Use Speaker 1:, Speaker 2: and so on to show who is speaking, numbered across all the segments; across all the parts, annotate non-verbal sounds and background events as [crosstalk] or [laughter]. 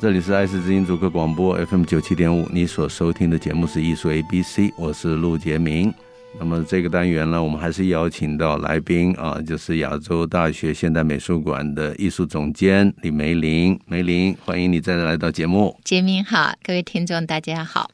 Speaker 1: 这里是爱思之音主客广播 FM 九七点五，你所收听的节目是艺术 ABC，我是陆杰明。那么这个单元呢，我们还是邀请到来宾啊，就是亚洲大学现代美术馆的艺术总监李梅玲。梅玲，欢迎你再来到节目。
Speaker 2: 杰明好，各位听众大家好。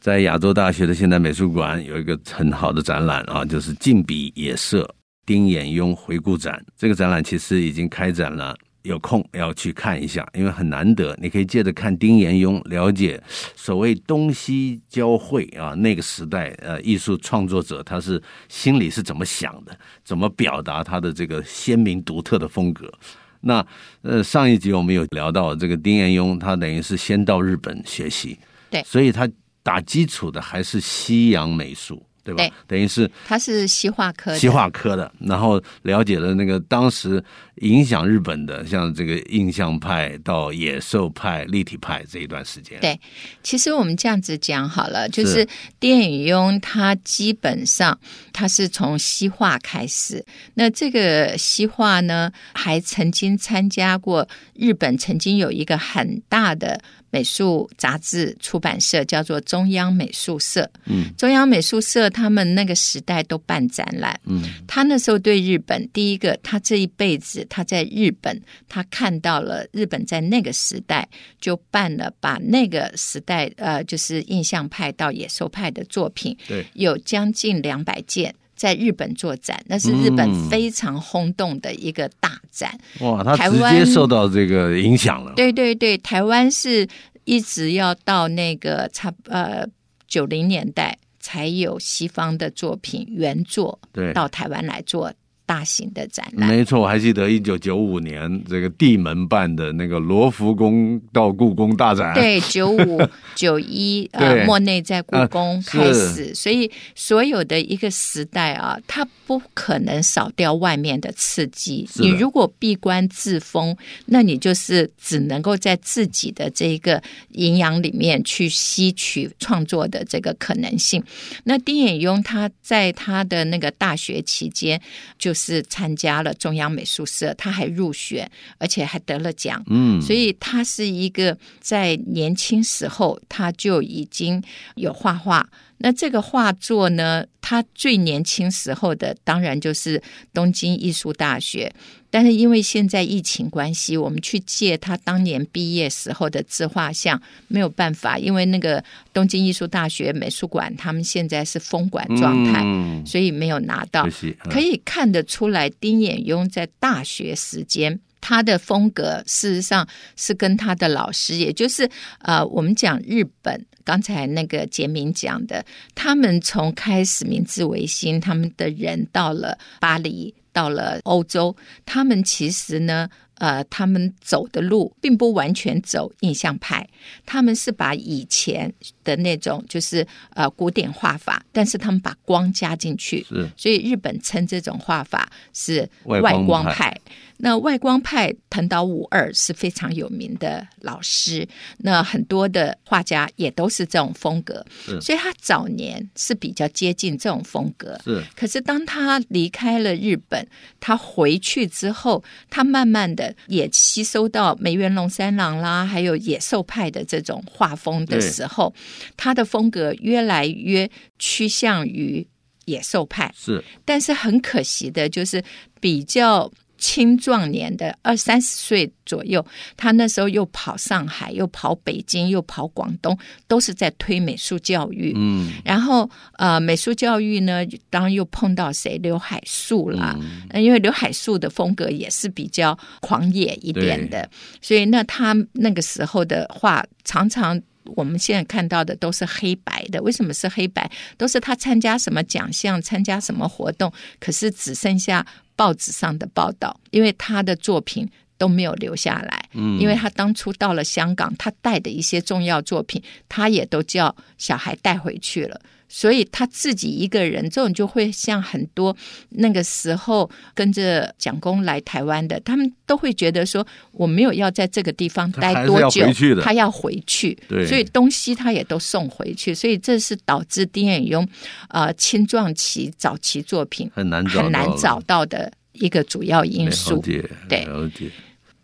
Speaker 1: 在亚洲大学的现代美术馆有一个很好的展览啊，就是《近笔野色》丁衍雍回顾展。这个展览其实已经开展了，有空要去看一下，因为很难得。你可以借着看丁衍雍，了解所谓东西交汇啊，那个时代呃，艺术创作者他是心里是怎么想的，怎么表达他的这个鲜明独特的风格。那呃，上一集我们有聊到这个丁衍雍，他等于是先到日本学习，
Speaker 2: 对
Speaker 1: 所以他打基础的还是西洋美术，对吧？
Speaker 2: 对
Speaker 1: 等于是
Speaker 2: 他是西画科的
Speaker 1: 西画科的，然后了解了那个当时影响日本的，像这个印象派到野兽派、立体派这一段时间。
Speaker 2: 对其实我们这样子讲好了，就是是电影庸它基本上它是从西画开始。那这个西画呢，还曾经参加过日本曾经有一个很大的美术杂志出版社，叫做中央美术社。
Speaker 1: 嗯，
Speaker 2: 中央美术社他们那个时代都办展览。
Speaker 1: 嗯，
Speaker 2: 他那时候对日本，第一个，他这一辈子他在日本，他看到了日本在那个时代就办了把那个时代呃，就是印象派到野兽派的作品，
Speaker 1: 对，
Speaker 2: 有将近两百件。在日本做展，那是日本
Speaker 1: 嗯
Speaker 2: 非常轰动的一个大展。
Speaker 1: 哇，他
Speaker 2: 台
Speaker 1: 直接
Speaker 2: 湾
Speaker 1: 受到这个影响了。
Speaker 2: 对对对，台嗯湾是一直要到那个差不呃九零年代才有西方的作品原作
Speaker 1: 对
Speaker 2: 到台湾来做大型的展览。
Speaker 1: 没错，我还记得一九九五年这个地门办的那个罗浮宫到故宫大展，，
Speaker 2: 对，
Speaker 1: [laughs]
Speaker 2: 九五九一
Speaker 1: 对
Speaker 2: 呃，莫内在故宫
Speaker 1: 啊
Speaker 2: 开
Speaker 1: 是
Speaker 2: 始，所以所有的一个时代啊，它不可能少掉外面的刺激。
Speaker 1: 是的
Speaker 2: 你如果闭关自封，那你就是只能够在自己的这一个营养里面去吸取创作的这个可能性。那丁衍雍他在他的那个大学期间，就是参加了中央美术社，他还入选，而且还得了奖。
Speaker 1: 嗯，
Speaker 2: 所以他是一个在年轻时候他就已经有画画。那这个画作呢，他最年轻时候的当然就是东京艺术大学，但是因为现在疫情关系，我们去借他当年毕业时候的自画像没有办法，因为那个东京艺术大学美术馆他们现在是封馆状态，
Speaker 1: 嗯、
Speaker 2: 所以没有拿到
Speaker 1: 可。惜，嗯
Speaker 2: 可以看得出来，丁衍雍在大学时间。他的风格事实上是跟他的老师，也就是呃，我们讲日本，刚才那个杰明讲的，他们从开始明治维新，他们的人到了巴黎，到了欧洲，他们其实呢，呃，他们走的路并不完全走印象派，他们是把以前的那种就是呃古典画法，但是他们把光加进去，
Speaker 1: 是
Speaker 2: 所以日本称这种画法是
Speaker 1: 外
Speaker 2: 外
Speaker 1: 光派
Speaker 2: 光派。那外光派藤岛武二是非常有名的老师，那很多的画家也都是这种风格
Speaker 1: 是，
Speaker 2: 所以他早年是比较接近这种风格。
Speaker 1: 是
Speaker 2: 可是当他离开了日本，他回去之后，他慢慢的也吸收到梅园龙三郎啦，还有野兽派的这种画风的时候，他的风格越来越趋向于野兽派。
Speaker 1: 是
Speaker 2: 但是很可惜的就是比较。青壮年的二三十岁左右，他那时候又跑上海，又跑北京，又跑广东，都是在推美术教育。
Speaker 1: 嗯。
Speaker 2: 然后呃，美术教育呢，当然又碰到谁？刘海粟啦，呃因为刘海粟的风格也是比较狂野一点的，所以那他那个时候的画常常。我们现在看到的都是黑白的。为什么是黑白？都是他参加什么奖项，参加什么活动，可是只剩下报纸上的报道，因为他的作品都没有留下来。
Speaker 1: 嗯
Speaker 2: 因为他当初到了香港，他带的一些重要作品，他也都叫小孩带回去了。所以他自己一个人，这种就会像很多那个时候跟着蒋公来台湾的，他们都会觉得说，我没有要在这个地方待多
Speaker 1: 他还是
Speaker 2: 久
Speaker 1: 要回去，的
Speaker 2: 他要回去，
Speaker 1: 对
Speaker 2: 所以东西他也都送回去，所以这是导致丁衍雍呃青壮期早期作品
Speaker 1: 很难找到
Speaker 2: 很难找到的一个主要因
Speaker 1: 了
Speaker 2: 素。
Speaker 1: 解，
Speaker 2: 对
Speaker 1: 了解。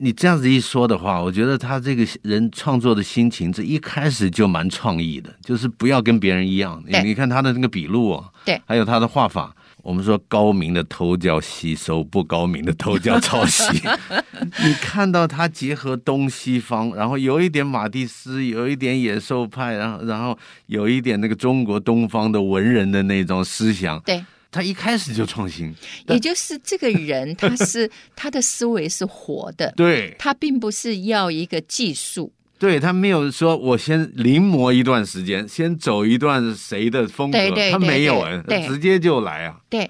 Speaker 1: 你这样子一说的话，我觉得他这个人创作的心情，这一开始就蛮创意的，就是不要跟别人一样。你
Speaker 2: 对
Speaker 1: 你看他的那个笔录哦，
Speaker 2: 对
Speaker 1: 还有他的画法，我们说高明的偷叫吸收，不高明的偷叫抄
Speaker 2: [laughs]
Speaker 1: 袭。你看到他结合东西方，然后有一点马蒂斯，有一点野兽派，然后然后有一点那个中国东方的文人的那种思想，
Speaker 2: 对，
Speaker 1: 他一开始就创新。
Speaker 2: 也就是这个人，他是他的思维是活的，
Speaker 1: 对，
Speaker 2: 他并不是要一个技术，
Speaker 1: 对他没有说，我先临摹一段时间，先走一段谁的风格，
Speaker 2: 对对
Speaker 1: 他
Speaker 2: 对
Speaker 1: 没有
Speaker 2: 对
Speaker 1: 哎，
Speaker 2: 对
Speaker 1: 直接就来啊，
Speaker 2: 对，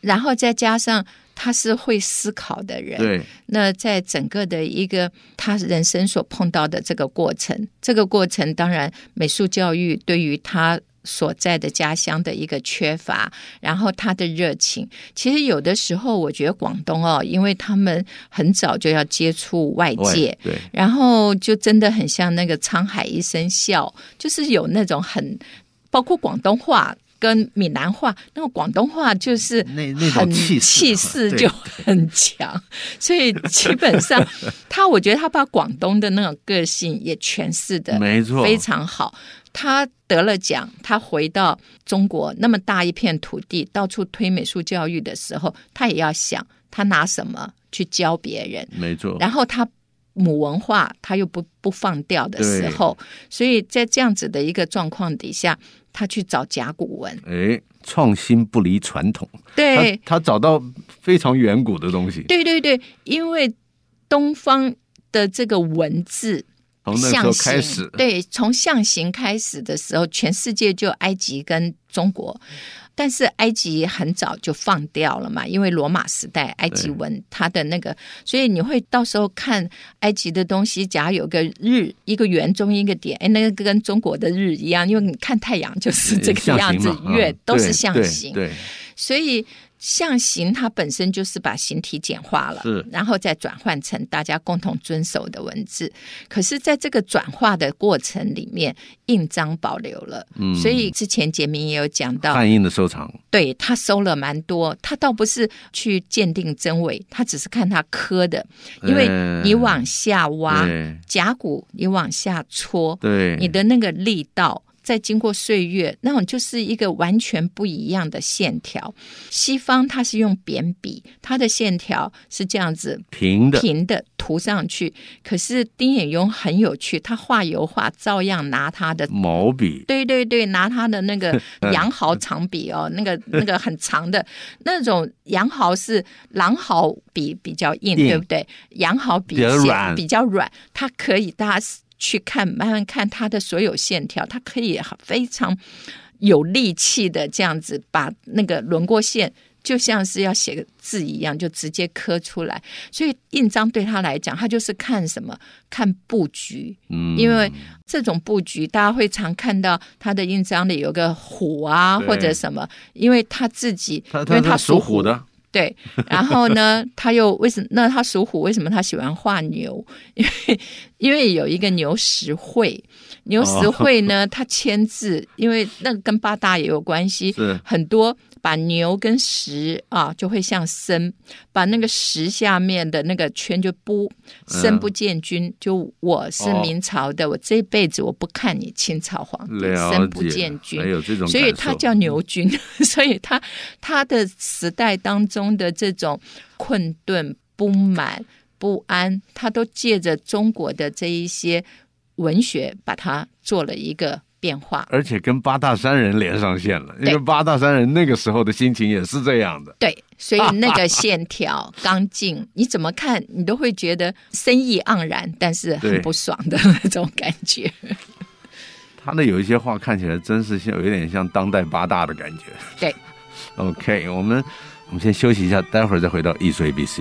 Speaker 2: 然后再加上他是会思考的人，
Speaker 1: 对，
Speaker 2: 那在整个的一个他人生所碰到的这个过程，这个过程当然美术教育对于他。所在的家乡的一个缺乏，然后他的热情，其实有的时候我觉得广东哦，因为他们很早就要接触外界，
Speaker 1: 对，
Speaker 2: 然后就真的很像那个沧海一声笑，就是有那种很包括广东话跟闽南话，那个广东话就是
Speaker 1: 那那种
Speaker 2: 很
Speaker 1: 气势
Speaker 2: 气势就很强，所以基
Speaker 1: [laughs]
Speaker 2: 本上他我觉得他把广东的那种个性也诠释的
Speaker 1: 没错
Speaker 2: 非常好。他得了奖，他回到中国那么大一片土地，到处推美术教育的时候，他也要想他拿什么去教别人。
Speaker 1: 没错，
Speaker 2: 然后他母文化他又不不放掉的时候，所以在这样子的一个状况底下，他去找甲骨文，
Speaker 1: 哎，创新不离传统，他
Speaker 2: 对
Speaker 1: 他找到非常远古的东西，
Speaker 2: 对对对，因为东方的这个文字
Speaker 1: 从那时
Speaker 2: 象
Speaker 1: 候
Speaker 2: 形，
Speaker 1: 开始，
Speaker 2: 对，从象形开始的时候，全世界就埃及跟中国，
Speaker 1: 嗯
Speaker 2: 但是埃及很早就放掉了嘛，因为罗马时代埃及文它的那个，所以你会到时候看埃及的东西，假如有个日一个圆中一个点，哎，那个跟中国的日一样，因为你看太阳就是这个
Speaker 1: 象
Speaker 2: 样
Speaker 1: 形
Speaker 2: 子
Speaker 1: 嘛，嗯
Speaker 2: 月都是
Speaker 1: 对
Speaker 2: 象
Speaker 1: 对
Speaker 2: 形，
Speaker 1: 对，
Speaker 2: 所以象形它本身就是把形体简化了，
Speaker 1: 是
Speaker 2: 然后再转换成大家共同遵守的文字。可是，在这个转化的过程里面，印章保留了。
Speaker 1: 嗯
Speaker 2: 所以之前杰明也有讲到，
Speaker 1: 汉印的收藏，
Speaker 2: 对他收了蛮多，他倒不是去鉴定真伪，他只是看他刻的，因为
Speaker 1: 呃
Speaker 2: 你往下挖
Speaker 1: 对
Speaker 2: 甲骨，你往下戳，
Speaker 1: 对，
Speaker 2: 你的那个力道，再经过岁月，那种就是一个完全不一样的线条。西方它是用扁笔，它的线条是这样子
Speaker 1: 平的，
Speaker 2: 平的涂上去。可是丁衍雍很有趣，他画油画照样拿他的。
Speaker 1: 毛笔，
Speaker 2: 对对对，拿他的那个
Speaker 1: 嗯
Speaker 2: [laughs] 羊毫长笔哦，
Speaker 1: [laughs]
Speaker 2: 那个那个很长的那种羊毫是狼毫笔比较硬，
Speaker 1: 硬
Speaker 2: 对不对？羊毫笔
Speaker 1: 比较
Speaker 2: 显
Speaker 1: 软
Speaker 2: 比较软，它可以大家去看，慢慢看它的所有线条，它可以非常有力气的这样子把那个轮廓线。就像是要写个字一样，就直接刻出来。所以印章对他来讲，他就是看什么？看布局，
Speaker 1: 嗯，
Speaker 2: 因为这种布局，大家会常看到他的印章里有个虎啊，
Speaker 1: 对
Speaker 2: 或者什么，因为他自己，
Speaker 1: 他
Speaker 2: 因为
Speaker 1: 他
Speaker 2: 属
Speaker 1: 属虎的，
Speaker 2: 对，然后
Speaker 1: [laughs]
Speaker 2: 呢，他又为什么？那他属虎，为什么他喜欢画牛？ [laughs] 因为因为有一个牛石会，牛石
Speaker 1: 哦
Speaker 2: 会呢，他签字，因为那个跟八大也有关系
Speaker 1: 是，
Speaker 2: 很多把牛跟石啊，就会像参，把那个石下面的那个圈就不
Speaker 1: 嗯
Speaker 2: 参不见君，就我是
Speaker 1: 哦
Speaker 2: 明朝的，我这辈子我不看你清朝皇帝，
Speaker 1: 了
Speaker 2: 参不
Speaker 1: 解
Speaker 2: 见，君
Speaker 1: 还。有这种感受，
Speaker 2: 所以他叫牛军， [laughs] 所以他他的时代当中的这种困顿、不满、不安，他都借着中国的这一些文学，把它做了一个变化。
Speaker 1: 而且跟八大山人连上线了，因
Speaker 2: 对
Speaker 1: 为八大山人那个时候的心情也是这样的。
Speaker 2: 对，所以那个线条刚劲，你怎么看，你都会觉得生意盎然，但是很
Speaker 1: 对
Speaker 2: 不爽的那种感觉。
Speaker 1: 他的有一些画看起来真是像有一点像当代八大的感觉。
Speaker 2: 对
Speaker 1: [laughs] ，OK，我们我们先休息一下，待会儿再回到艺术 ABC。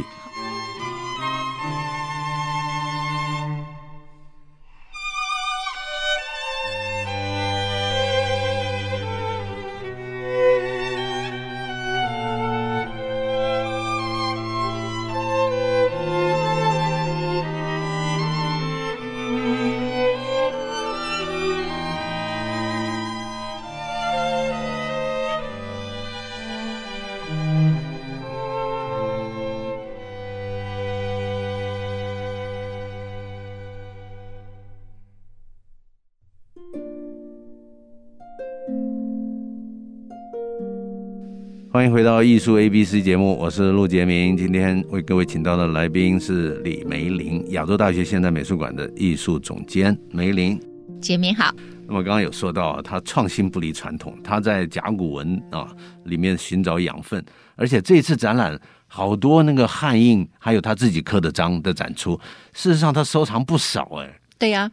Speaker 1: 欢迎回到艺术 ABC 节目，我是陆杰明。今天为各位请到的来宾是李梅玲，亚洲大学现代美术馆的艺术总监梅玲。
Speaker 2: [laughs] 杰明好，
Speaker 1: 那么刚刚有说到啊，他创新不离传统，他在甲骨文啊里面寻找养分，而且这一次展览好多那个汉印，还有他自己刻的章的展出。事实上，他收藏不少哎。
Speaker 2: 对呀、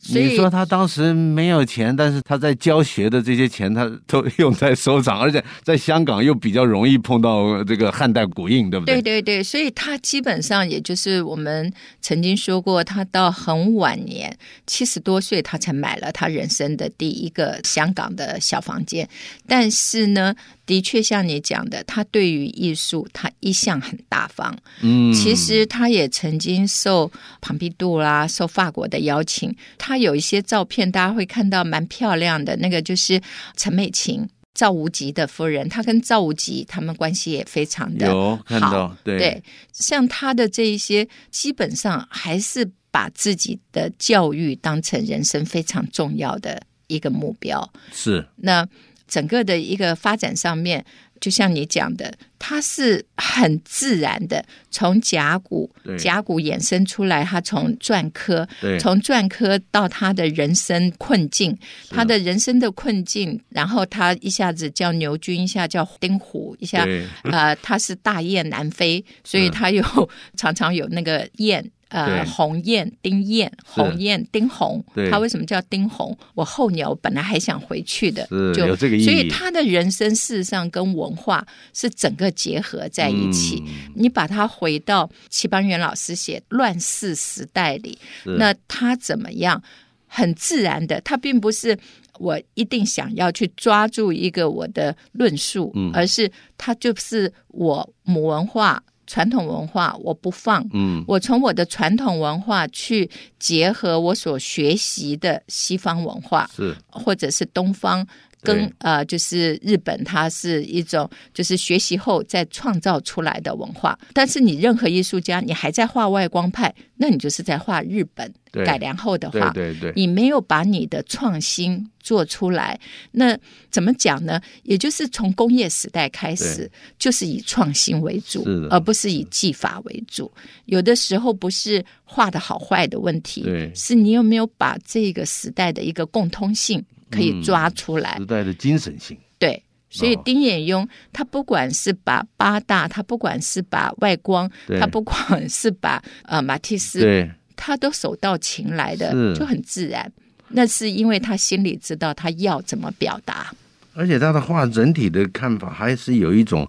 Speaker 2: 所以
Speaker 1: 你说他当时没有钱，但是他在教学的这些钱，他都用在收藏，而且在香港又比较容易碰到这个汉代古印，对不对？
Speaker 2: 对对对，所以他基本上也就是我们曾经说过，他到很晚年，七十多岁，他才买了他人生的第一个香港的小房间。但是呢，的确像你讲的，他对于艺术，他一向很大方。
Speaker 1: 嗯，
Speaker 2: 其实他也曾经受庞毕度啦、受法国的邀请，他有一些照片，大家会看到蛮漂亮的。那个就是陈美琴，赵无极的夫人，她跟赵无极他们关系也非常的
Speaker 1: 有看到，对
Speaker 2: 呃对，像他的这一些，基本上还是把自己的教育当成人生非常重要的一个目标。
Speaker 1: 是
Speaker 2: 那整个的一个发展上面，就像你讲的，它是很自然的，从甲骨
Speaker 1: 对
Speaker 2: 甲骨衍生出来，它从篆刻，
Speaker 1: 对
Speaker 2: 从篆刻到他的人生困境，
Speaker 1: 啊
Speaker 2: 他的人生的困境，然后他一下子叫牛军，一下叫丁虎，一下
Speaker 1: 对
Speaker 2: 呃，他是大雁南飞，所
Speaker 1: 嗯
Speaker 2: 以他有、常常有那个雁。呃，
Speaker 1: 对
Speaker 2: 鸿雁、丁雁、鸿雁、丁鸿
Speaker 1: 对，
Speaker 2: 他为什么叫丁鸿？我候鸟我本来还想回去的，
Speaker 1: 是
Speaker 2: 就
Speaker 1: 有这个意义
Speaker 2: 所以他的人生事实上跟文化是整个结合在一起。
Speaker 1: 嗯
Speaker 2: 你把它回到齐邦媛老师写乱世时代里，
Speaker 1: 是
Speaker 2: 那他怎么样？很自然的，他并不是我一定想要去抓住一个我的论述，
Speaker 1: 嗯
Speaker 2: 而是他就是我母文化、传统文化，我不放。
Speaker 1: 嗯
Speaker 2: 我从我的传统文化去结合我所学习的西方文化，
Speaker 1: 是
Speaker 2: 或者是东方
Speaker 1: 对
Speaker 2: 跟呃，就是日本，它是一种就是学习后再创造出来的文化。但是你任何艺术家，你还在画外光派，那你就是在画日本
Speaker 1: 对
Speaker 2: 改良后的
Speaker 1: 对
Speaker 2: 画。
Speaker 1: 对对，
Speaker 2: 你没有把你的创新做出来，那怎么讲呢？也就是从工业时代开始
Speaker 1: 对，
Speaker 2: 就是以创新为主
Speaker 1: 是的，
Speaker 2: 而不是以技法为主。有的时候不是画的好坏的问题
Speaker 1: 对，
Speaker 2: 是你有没有把这个时代的一个共通性可以抓出来。
Speaker 1: 时代的精神性，
Speaker 2: 对，所以
Speaker 1: 嗯哦
Speaker 2: 丁衍雍他不管是把八大，他不管是把外光，
Speaker 1: 对
Speaker 2: 他不管是把呃马蒂斯，
Speaker 1: 对
Speaker 2: 他都手到擒来的，
Speaker 1: 是
Speaker 2: 就很自然。那是因为他心里知道他要怎么表达，
Speaker 1: 而且他的画整体的看法还是有一种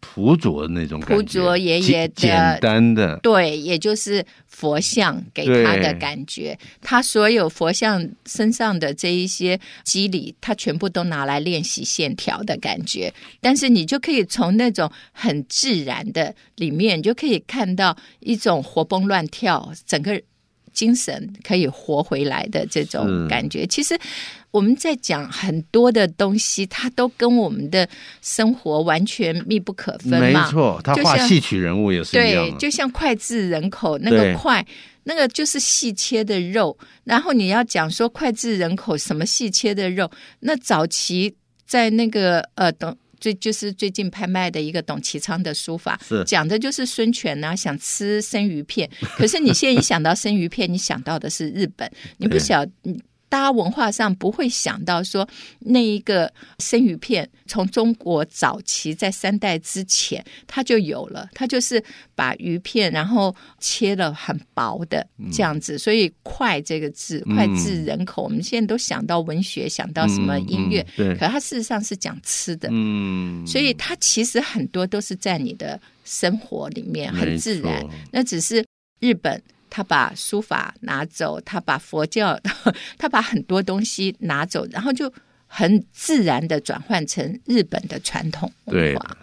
Speaker 1: 朴拙的那种感觉，
Speaker 2: 朴拙也
Speaker 1: 简
Speaker 2: 也的
Speaker 1: 简单的，
Speaker 2: 对，也就是佛像给他的
Speaker 1: 对
Speaker 2: 感觉。他所有佛像身上的这一些肌理，他全部都拿来练习线条的感觉。但是你就可以从那种很自然的里面，你就可以看到一种活蹦乱跳，整个精神可以活回来的这种
Speaker 1: 是
Speaker 2: 感觉。其实我们在讲很多的东西，它都跟我们的生活完全密不可分嘛。
Speaker 1: 没错，他
Speaker 2: 就
Speaker 1: 画
Speaker 2: 像
Speaker 1: 戏曲人物也是一样
Speaker 2: 对，
Speaker 1: 的，
Speaker 2: 就像脍炙人口那个
Speaker 1: 对
Speaker 2: 脍，那个就是细切的肉。然后你要讲说脍炙人口什么细切的肉，那早期在那个呃董。最就是最近拍卖的一个董其昌的书法
Speaker 1: 是，
Speaker 2: 讲的就是孙权呐、想吃生鱼片，可是你现在一想到生鱼片，你想到的是日本，你不
Speaker 1: 对
Speaker 2: 晓你大家文化上不会想到说那一个生鱼片从中国早期在三代之前它就有了，它就是把鱼片然后切了很薄的这样子，所以“脍”这个字，
Speaker 1: 嗯
Speaker 2: 脍炙人口，我们现在都想到文学，想到什么音乐，
Speaker 1: 嗯嗯对
Speaker 2: 可它事实上是讲吃的，
Speaker 1: 嗯，
Speaker 2: 所以它其实很多都是在你的生活里面很自然
Speaker 1: 没错。
Speaker 2: 那只是日本，他把书法拿走，他把佛教， [laughs] 他把很多东西拿走，然后就很自然的转换成日本的传统文
Speaker 1: 对
Speaker 2: 化。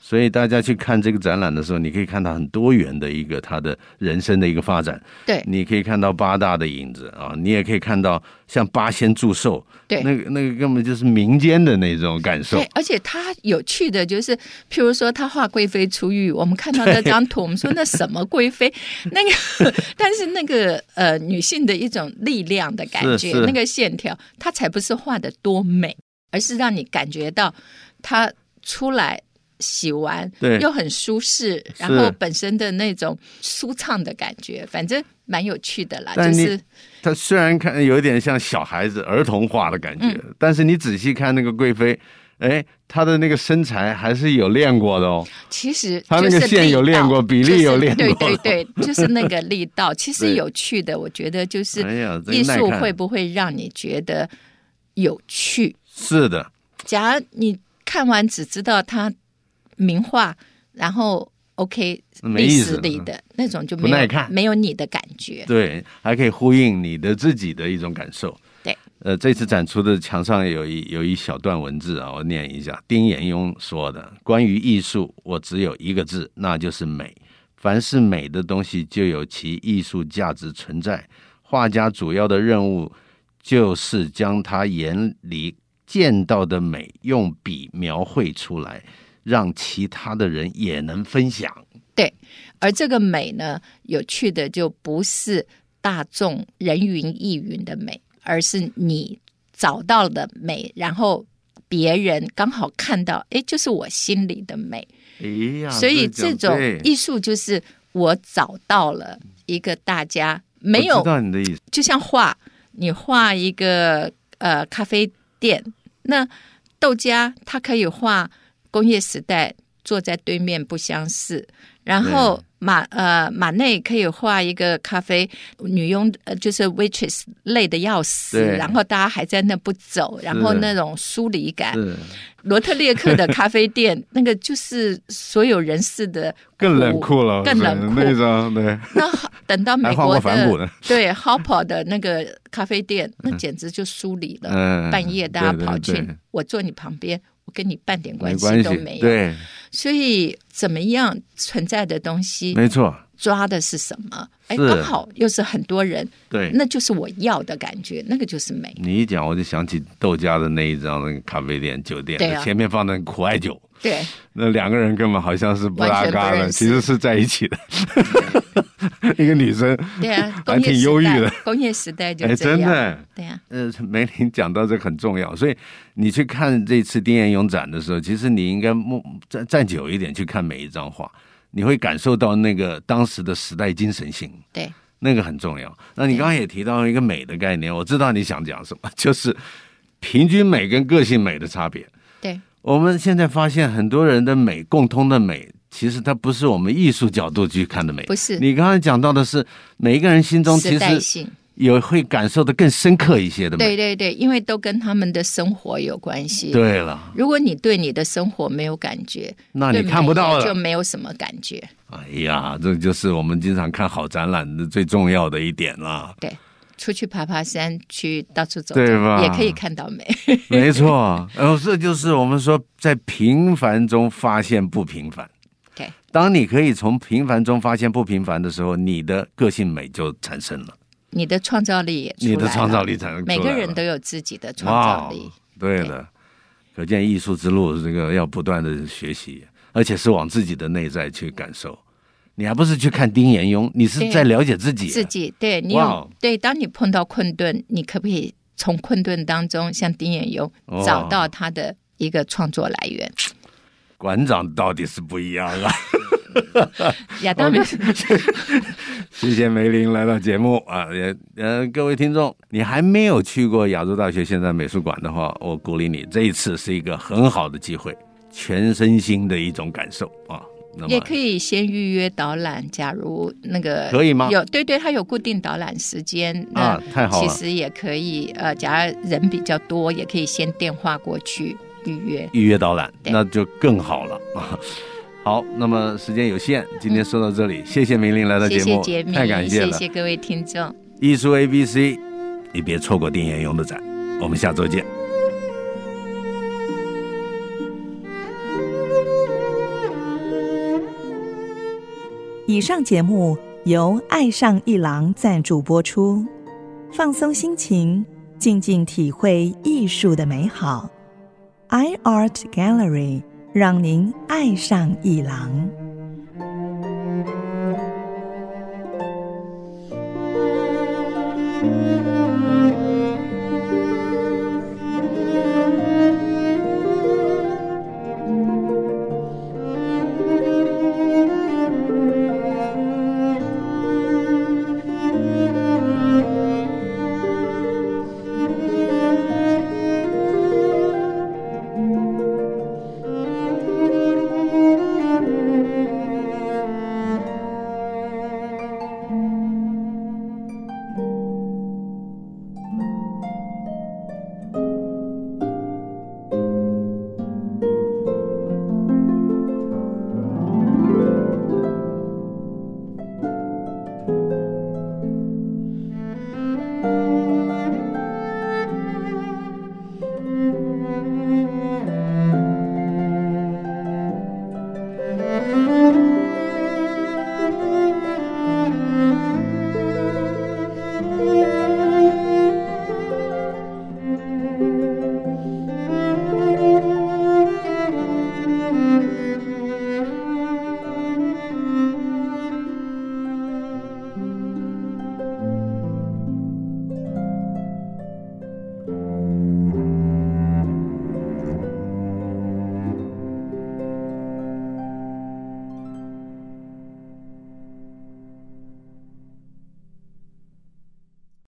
Speaker 1: 所以大家去看这个展览的时候，你可以看到很多元的一个他的人生的一个发展。
Speaker 2: 对
Speaker 1: 你可以看到八大的影子啊，你也可以看到像八仙祝寿，
Speaker 2: 对
Speaker 1: 那个那个根本就是民间的那种感受
Speaker 2: 对，。而且他有趣的就是，譬如说他画贵妃出狱，我们看到那张图，我们说那什么贵妃， [laughs] 那个，但是那个呃女性的一种力量的感觉，
Speaker 1: 是是
Speaker 2: 那个线条，它才不是画的多美，而是让你感觉到她出来。洗完，
Speaker 1: 对
Speaker 2: 又很舒适，然后本身的那种舒畅的感觉，反正蛮有趣的啦。
Speaker 1: 但
Speaker 2: 就
Speaker 1: 你
Speaker 2: 是
Speaker 1: 它虽然看有点像小孩子儿童画的感觉，
Speaker 2: 嗯
Speaker 1: 但是你仔细看那个贵妃，哎，她的那个身材还是有练过的哦。
Speaker 2: 其实
Speaker 1: 他那
Speaker 2: 就
Speaker 1: 个
Speaker 2: 是
Speaker 1: 线
Speaker 2: 力
Speaker 1: 有练
Speaker 2: 道
Speaker 1: 过比例
Speaker 2: 就是
Speaker 1: 有练过 [laughs]
Speaker 2: 对对对，就是那个力道。其实
Speaker 1: 对
Speaker 2: 有趣的，我觉得就是
Speaker 1: 哎呀这个
Speaker 2: 艺
Speaker 1: 耐
Speaker 2: 术
Speaker 1: 看
Speaker 2: 会不会让你觉得有趣？
Speaker 1: 是的，
Speaker 2: 假如你看完只知道他名画，然后 OK
Speaker 1: 没
Speaker 2: 历
Speaker 1: 意
Speaker 2: 史
Speaker 1: 思嗯
Speaker 2: 里的那种就
Speaker 1: 不
Speaker 2: 没有
Speaker 1: 耐看
Speaker 2: 没有你的感觉。
Speaker 1: 对，还可以呼应你的自己的一种感受。
Speaker 2: 对，
Speaker 1: 呃，这次展出的墙上有一有一小段文字啊，我念一下。丁衍庸说的：“关于艺术，我只有一个字，那就是美。凡是美的东西，就有其艺术价值存在。画家主要的任务就是将他眼里见到的美用笔描绘出来，让其他的人也能分享。
Speaker 2: 而这个美呢，有趣的就不是大众人云亦云的美，而是你找到的美，然后别人刚好看到，哎，就是我心里的美。
Speaker 1: 哎呀，
Speaker 2: 所以这种
Speaker 1: 对
Speaker 2: 艺术就是我找到了一个大家
Speaker 1: 我
Speaker 2: 没有
Speaker 1: 知道你的意思。”
Speaker 2: 就像画，你画一个呃咖啡店，那豆家他可以画工业时代坐在对面不相识，然后马呃马内可以画一个咖啡女佣，呃就是 waitress 累的要死，
Speaker 1: 对
Speaker 2: 然后大家还在那不走，然后那种疏离
Speaker 1: [laughs]
Speaker 2: 感。
Speaker 1: 是
Speaker 2: 罗特列克的咖啡店，那个就是所有人士的
Speaker 1: 更冷酷了，
Speaker 2: 更冷酷
Speaker 1: 是那张对，
Speaker 2: [laughs] 那等到美
Speaker 1: 还换
Speaker 2: 国
Speaker 1: 过
Speaker 2: 的
Speaker 1: 反骨呢
Speaker 2: [laughs] 对 Hopper 的那个咖啡店，那简直就疏离了。
Speaker 1: 嗯
Speaker 2: 半夜大家跑去，
Speaker 1: 对对对
Speaker 2: 我坐你旁边，我跟你半点
Speaker 1: 没
Speaker 2: 关
Speaker 1: 关
Speaker 2: 都
Speaker 1: 系，
Speaker 2: 没有。
Speaker 1: 对，
Speaker 2: 所以怎么样存在的东西
Speaker 1: 没错，
Speaker 2: 抓的是什么？哎，
Speaker 1: 是
Speaker 2: 刚好又是很多人，
Speaker 1: 对。
Speaker 2: 那就是我要的感觉，那个就是美。
Speaker 1: 你一讲，我就想起豆家的那一张那个咖啡店酒店，
Speaker 2: 对啊
Speaker 1: 前面放的苦艾酒，
Speaker 2: 对，
Speaker 1: 那两个人根本好像是不搭嘎
Speaker 2: 完全不
Speaker 1: 的，
Speaker 2: 认识
Speaker 1: 其实是在一起的。 [laughs] 一个女生，
Speaker 2: 对
Speaker 1: [laughs]
Speaker 2: 啊，
Speaker 1: 还
Speaker 2: 工业
Speaker 1: 挺
Speaker 2: 时
Speaker 1: 忧郁
Speaker 2: 代
Speaker 1: 的，
Speaker 2: 工业时代就
Speaker 1: 哎，
Speaker 2: 这
Speaker 1: 真
Speaker 2: 样。
Speaker 1: 的，
Speaker 2: 对啊，
Speaker 1: 呃， [laughs] 梅林讲到这个很重要，所以你去看这次丁彦勇展的时候，其实你应该默站站久一点去看每一张画，你会感受到那个当时的时代精神性。
Speaker 2: 对，
Speaker 1: 那个很重要。那你刚刚也提到一个美的概念，我知道你想讲什么， [laughs] 就是平均美跟个性美的差别。
Speaker 2: 对，
Speaker 1: 我们现在发现很多人的美，共通的美，其实它不是我们艺术角度去看的美，
Speaker 2: 不是
Speaker 1: 你刚刚讲到的是每一个人心中
Speaker 2: 时
Speaker 1: 其
Speaker 2: 代
Speaker 1: 实
Speaker 2: 性。
Speaker 1: 有会感受的更深刻一些的
Speaker 2: 对
Speaker 1: 美。
Speaker 2: 对对，因为都跟他们的生活有关系。
Speaker 1: 对了，
Speaker 2: 如果你对你的生活没有感觉，
Speaker 1: 那你
Speaker 2: 对
Speaker 1: 看不到
Speaker 2: 美就
Speaker 1: 了。
Speaker 2: 没有什么感觉。
Speaker 1: 哎呀，这就是我们经常看好展览的最重要的一点啦。 [laughs]
Speaker 2: 对，出去爬爬山，去到处走走，
Speaker 1: 对吧
Speaker 2: 也可以看到美。
Speaker 1: 没错，然后这就是我们说在平凡中发现不平凡。
Speaker 2: 对，
Speaker 1: 当你可以从平凡中发现不平凡的时候，你的个性美就产生了，
Speaker 2: 你的创造力也出来
Speaker 1: 你
Speaker 2: 了
Speaker 1: 的创造力才能出来
Speaker 2: 每
Speaker 1: 了
Speaker 2: 个人都有自己的创造力
Speaker 1: 哇。对的，可见艺术之路这个要不断的学习，而且是往自己的内在去感受。你还不是去看丁延庸，你是
Speaker 2: 对
Speaker 1: 在了解自己啊、
Speaker 2: 自己对你
Speaker 1: 哇
Speaker 2: 有
Speaker 1: 哦
Speaker 2: 对，当你碰到困顿，你可不可以从困顿当中，像丁远游
Speaker 1: 哦
Speaker 2: 找到他的一个创作来源？
Speaker 1: 馆长到底是不一样啊。
Speaker 2: 亚当没事，
Speaker 1: [laughs] 谢谢梅林来到节目啊，也呃，各位听众，你还没有去过亚洲大学现代美术馆的话，我鼓励你，这一次是一个很好的机会，全身心的一种感受啊。那么
Speaker 2: 也可以先预约导览。假如那个
Speaker 1: 可以吗
Speaker 2: 有对对，它有固定导览时间。
Speaker 1: 啊，太
Speaker 2: 那
Speaker 1: 好
Speaker 2: 其
Speaker 1: 了。
Speaker 2: 实也可以，呃，假如人比较多，也可以先电话过去预约。
Speaker 1: 预约导览，
Speaker 2: 对
Speaker 1: 那就更好了啊。好，那么时间有限，今天说到这里，谢谢明玲来到
Speaker 2: 嗯谢
Speaker 1: 节
Speaker 2: 谢
Speaker 1: 目，
Speaker 2: 杰明，
Speaker 1: 太感谢
Speaker 2: 谢
Speaker 1: 了。
Speaker 2: 谢各位听众。
Speaker 1: 艺术 A B C，你别错过丁彦勇的展，我们下周见。
Speaker 3: 以上节目由爱上一郎赞助播出，放松心情，静静体会艺术的美好。iArt Gallery 让您爱上一郎。